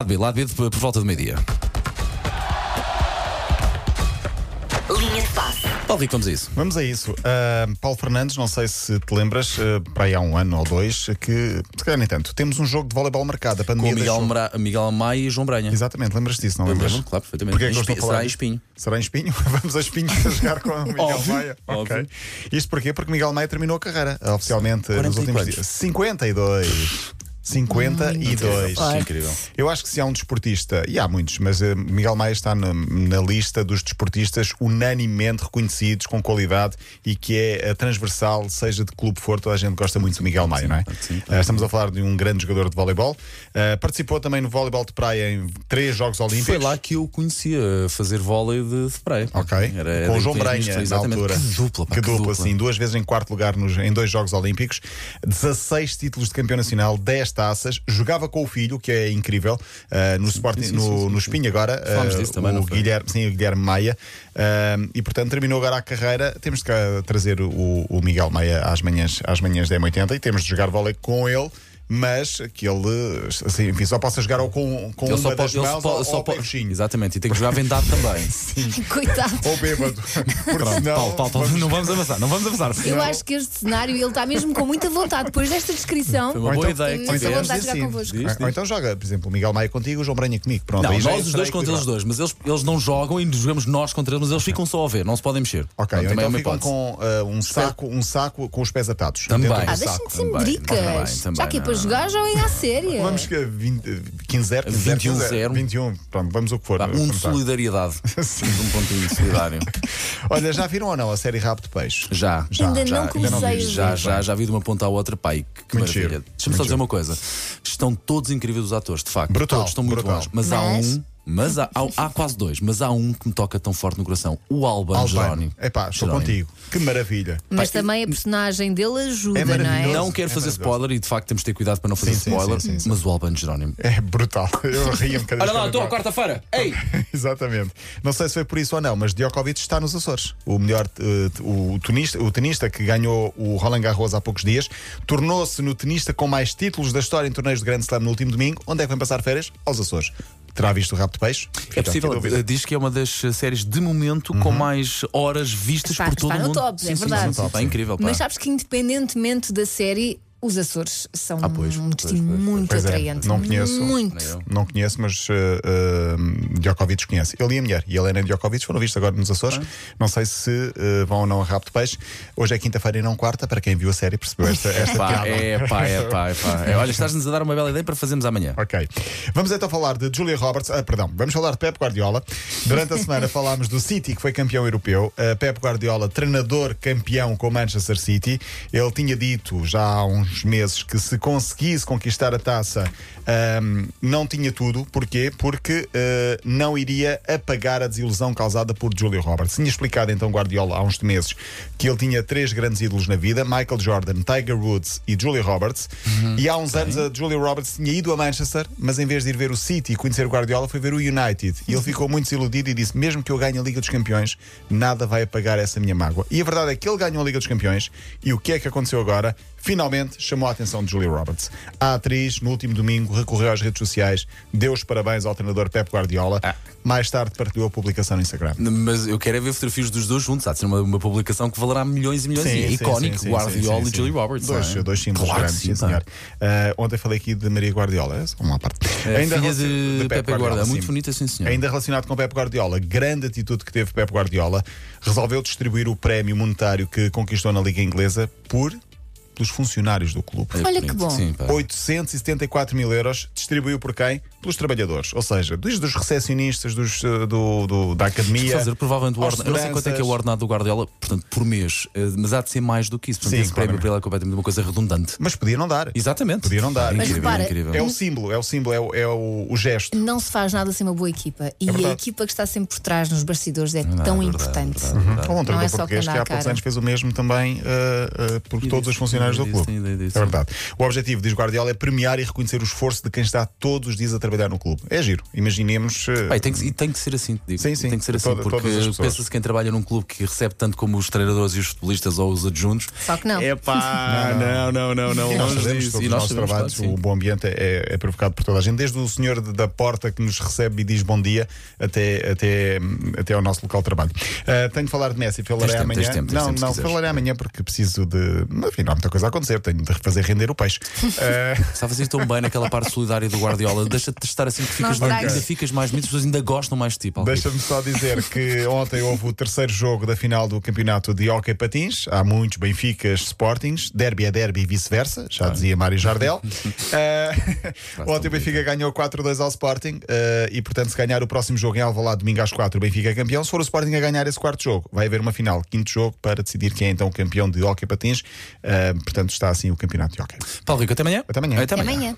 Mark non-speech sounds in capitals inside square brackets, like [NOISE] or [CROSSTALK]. Lado B, lado B de- por volta de meio-dia. Linha de passe. Paulo Rico, vamos a isso. Vamos a isso. Ah, Paulo Fernandes, não sei se te lembras, ah, para aí há um ano ou dois, que, se calhar nem tanto, temos um jogo de voleibol marcado. A Com pandemia o Miguel, deixou- Mra... Miguel Maia e João Branha. Exatamente, lembras disso, não lembras? Lembram? Claro, perfeitamente. Porquê é que eu Em estou a Espi- falar Será em disso? espinho. Será em espinho? [LAUGHS] Vamos a espinho a jogar [LAUGHS] com o Miguel Óbvio, Maia. Ok. óbvio. Isto porquê? Porque Miguel Maia terminou a carreira, ah, oficialmente, 40 nos e últimos quantos? dias. 52. 52. Sim, Hum, incrível. Eu acho que se há um desportista, e há muitos, mas eh, Miguel Maia está na, na lista dos desportistas unanimemente reconhecidos, com qualidade e que é eh, transversal, seja de clube for, toda a gente gosta muito do Miguel Maia, não é? sim, Eh, Estamos a falar de um grande jogador de voleibol. Eh, participou também no voleibol de praia em três Jogos Olímpicos. Foi lá que eu conhecia fazer vôlei de, de praia. Ok, Era- com era o João em Torres, Branha na exatamente. altura. Que dupla, pá, que dupla, assim, sim. Duas vezes em quarto lugar nos, em dois Jogos Olímpicos, 16 títulos de campeão nacional, 10 taças. Jogava com o filho, que é incrível, ah, no, Sporting, sim, no, sim, sim, no sim. Espinho agora. Falámos ah, disso também, o não foi? Guilherme, sim, o Guilherme Maia. Ah, e portanto terminou agora a carreira. Temos de cá trazer o, o Miguel Maia às manhãs, às manhãs de M80 e temos de jogar vôlei com ele. Mas que ele, assim, enfim, só possa jogar ou com, com Ele uma só das pode. Ele mãos só pode- ou, só ou pode- beijinho. Exatamente, e tem que jogar vendado [LAUGHS] também. Coitado. Ou [LAUGHS] bêbado. Porque Pronto, senão- Paulo, Paulo, Paulo, não vamos avançar, não vamos avançar. Eu acho que este cenário, ele está mesmo com muita vontade. Depois desta descrição, Foi uma Ou boa então- ideia que ou então tivemos. vamos dar- jogar Diz, convosco. diz, diz. Ou então joga, por exemplo, o Miguel Maia contigo, o João Branha comigo. Pronto, Não, aí já nós os será dois contra equilibrado. eles dois, mas eles, eles não jogam e jogamos nós contra eles, mas eles ficam só a ver, não se podem mexer. Ok, Portanto, ou também é então uma ficam hipótese. com ah, um, saco, um saco com os pés atados. Também. Dentro do ah, saco, deixem-me saco. sempre também, dicas. também, também, Já que é para não, jogar, joguem à séria. Vamos que é 20, 15 0 21, 0 21, pronto, vamos o que for. Pá, Um Vamos de lá. solidariedade. é Sim. Temos um pontinho de solidário. [LAUGHS] Olha, já viram ou não a série Rabo de Peixe? Já. Já, Ainda já, não ainda não comecei vi. a Já, ver. já, já vi de uma ponta à outra, pai, que, que Muito maravilha. giro, Deixa-me só muito dizer uma coisa: estão todos incríveis os atores, de facto. Brutal, todos estão muito brutal. bons. Mas, há Mas? um, mas há, há, há quase dois, mas há um que me toca tão forte no coração: o Albano Albano. Jerónimo. Epá, estou Jerónimo. contigo. Que maravilha. Mas também a personagem dele ajuda, É não é? maravilhoso. Não quero É fazer maravilhoso. spoiler e de facto temos de ter cuidado para não fazer Sim, sim, spoiler, sim, sim, sim. mas o Albano Jerónimo. É brutal. Eu ria um bocadinho. Olha lá, estou à quarta-feira. Ei! [LAUGHS] Exatamente. Não sei se foi por isso ou não, mas Djokovic está nos Açores. O melhor eh, t- o tenista, o tenista que ganhou o Roland Garros há poucos dias, tornou-se no tenista com mais títulos da história em torneios de Grande Slam no último domingo. Onde é que vem passar férias? Aos Açores. Terá visto o rabo de peixe? Fica É aqui a Uhum. possível, dúvida. diz que é uma das eh, séries de momento com mais horas vistas Está- por todo está o no mundo. top, é Sim, sim, verdade. sim, sim, Está incrível. pá. Mas sabes que, independentemente da série, os Açores são Ah, pois, um pois, destino pois, pois. muito Pois é, atraente. não conheço. Muito. Nem eu. Não conheço, mas eh, eh, Djokovic conhece. Ele e a mulher, e Helena Djokovic, foram vistos agora nos Açores. Ah. Não sei se eh, vão ou não a rabo de peixe. Hoje é quinta-feira e não quarta. Para quem viu a série percebeu esta, esta Pá, piada. é pá, é pá, é pá. É, Olha, estás-nos a dar uma bela ideia para fazermos amanhã. Ok. Vamos então falar de Julia Roberts. Ah, perdão, vamos falar de Pep Guardiola. Durante a semana falámos do City, que foi campeão europeu. Ah, Pep Guardiola, treinador campeão com o Manchester City. Ele tinha dito já há uns meses que se conseguisse conquistar a taça, ahm, não tinha tudo. Porquê? Porque ah, não iria apagar a desilusão causada por Julia Roberts. Tinha explicado então Guardiola há uns meses que ele tinha três grandes ídolos na vida: Michael Jordan, Tiger Woods e Julia Roberts. E há uns anos a Julia Roberts tinha ido a Manchester, mas em vez de ir ver o City e conhecer o Guardiola, foi ver o United. E ele ficou muito desiludido e disse: Mesmo que eu ganhe a Liga dos Campeões, nada vai apagar essa minha mágoa. E a verdade é que ele ganhou a Liga dos Campeões. E o que é que aconteceu agora? Finalmente chamou a atenção de Julia Roberts. A atriz, no último domingo, recorreu às redes sociais, deu os parabéns ao treinador Pep Guardiola. Ah. Mais tarde partilhou a publicação no Instagram. Mas eu quero é ver fotografias dos dois juntos. Há de ser uma, uma publicação que valerá milhões e milhões. Sim, e é sim, icónico, sim, sim, Guardiola sim, sim, e Julie sim. Roberts. Dois, não é? dois símbolos Claro que grandes, sim, pá. senhor. Ah, ontem falei aqui de Maria Guardiola, é só uma parte. É, filha relacion- de Pepe Guardiola, sim. muito bonita, sim, senhor. Ainda relacionado com Pepe Guardiola, grande atitude que teve Pepe Guardiola, resolveu distribuir o prémio monetário que conquistou na Liga Inglesa por pelos funcionários do clube. É Olha bonito, que bom. Sim, pá. 874 mil euros distribuiu por quem? Pelos trabalhadores, ou seja, dos, dos recepcionistas dos, eh, do, do- da academia. Fazer, provavelmente o aos ordenado. Eu não sei quanto é que é o seguranças. ordenado do Guardiola, portanto, por mês, eh, mas há de ser mais do que isso. Portanto, Sim, esse prémio claramente. para ele é completamente uma coisa redundante. Mas podia não dar. Exatamente. Podia não dar. É Mas incrível, repara, é incrível. É o símbolo, é o símbolo, é o, é o- o gesto. Uhum. Não se faz nada sem uma boa equipa. E a verdade. equipa que está sempre por trás nos bastidores é Não, tão é verdade, é importante. verdade, é verdade. Há um Não treinador é só português que quando há há poucos cara. anos fez o mesmo também uh, uh, eh, por todos os funcionários do ideia disso, clube. tenho ideia disso. É verdade. O objetivo, diz Guardiola, é premiar e reconhecer o esforço de quem está todos os dias a trabalhar no clube. É giro. Imaginemos. eh, Bem, tem que, e tem que ser assim, te digo. Sim, sim. Tem que ser assim, Toda- porque todas as pessoas. pensa-se quem trabalha num clube que recebe tanto como os treinadores e os futebolistas ou os adjuntos. Só que não. É pá, não, não, não, não. E nós sabemos todos os nossos trabalhos, claro, sim. o bom ambiente é, é provocado por toda a gente, desde o senhor de- da porta que nos recebe e diz bom dia até, até, até ao nosso local de trabalho. Ah, tenho de falar de Messi, falarei tempo, amanhã. tens tempo, tens não, tempo, se não, quiseres. falarei amanhã porque preciso de. Enfim, não há muita coisa a acontecer, tenho de fazer render [LAUGHS] o peixe. Ah, Estavas a ir tão bem naquela parte solidária do Guardiola. Deixa-te estar assim que ficas, Não ainda estragues. ficas mais bonito, as pessoas ainda gostam mais de ti. Paulo Rico. Deixa-me só dizer que ontem houve o terceiro jogo da final do campeonato de hockey patins. Há muitos Benficas, Sportings, derby é derby e vice-versa, já dizia [LAUGHS] Mário Jardel. Ah, ontem o Benfica ganhou 4-2 ao Sporting ah, e, portanto, se ganhar o próximo jogo em Alvalade, domingo às 4, o Benfica é campeão. Se for o Sporting a ganhar esse quarto jogo, vai haver uma final, quinto jogo, para decidir quem é então o campeão de hockey patins. Ah, portanto, Eh, está assim o campeonato de hockey. Paulo Rico, até amanhã. Até amanhã. é. Até amanhã.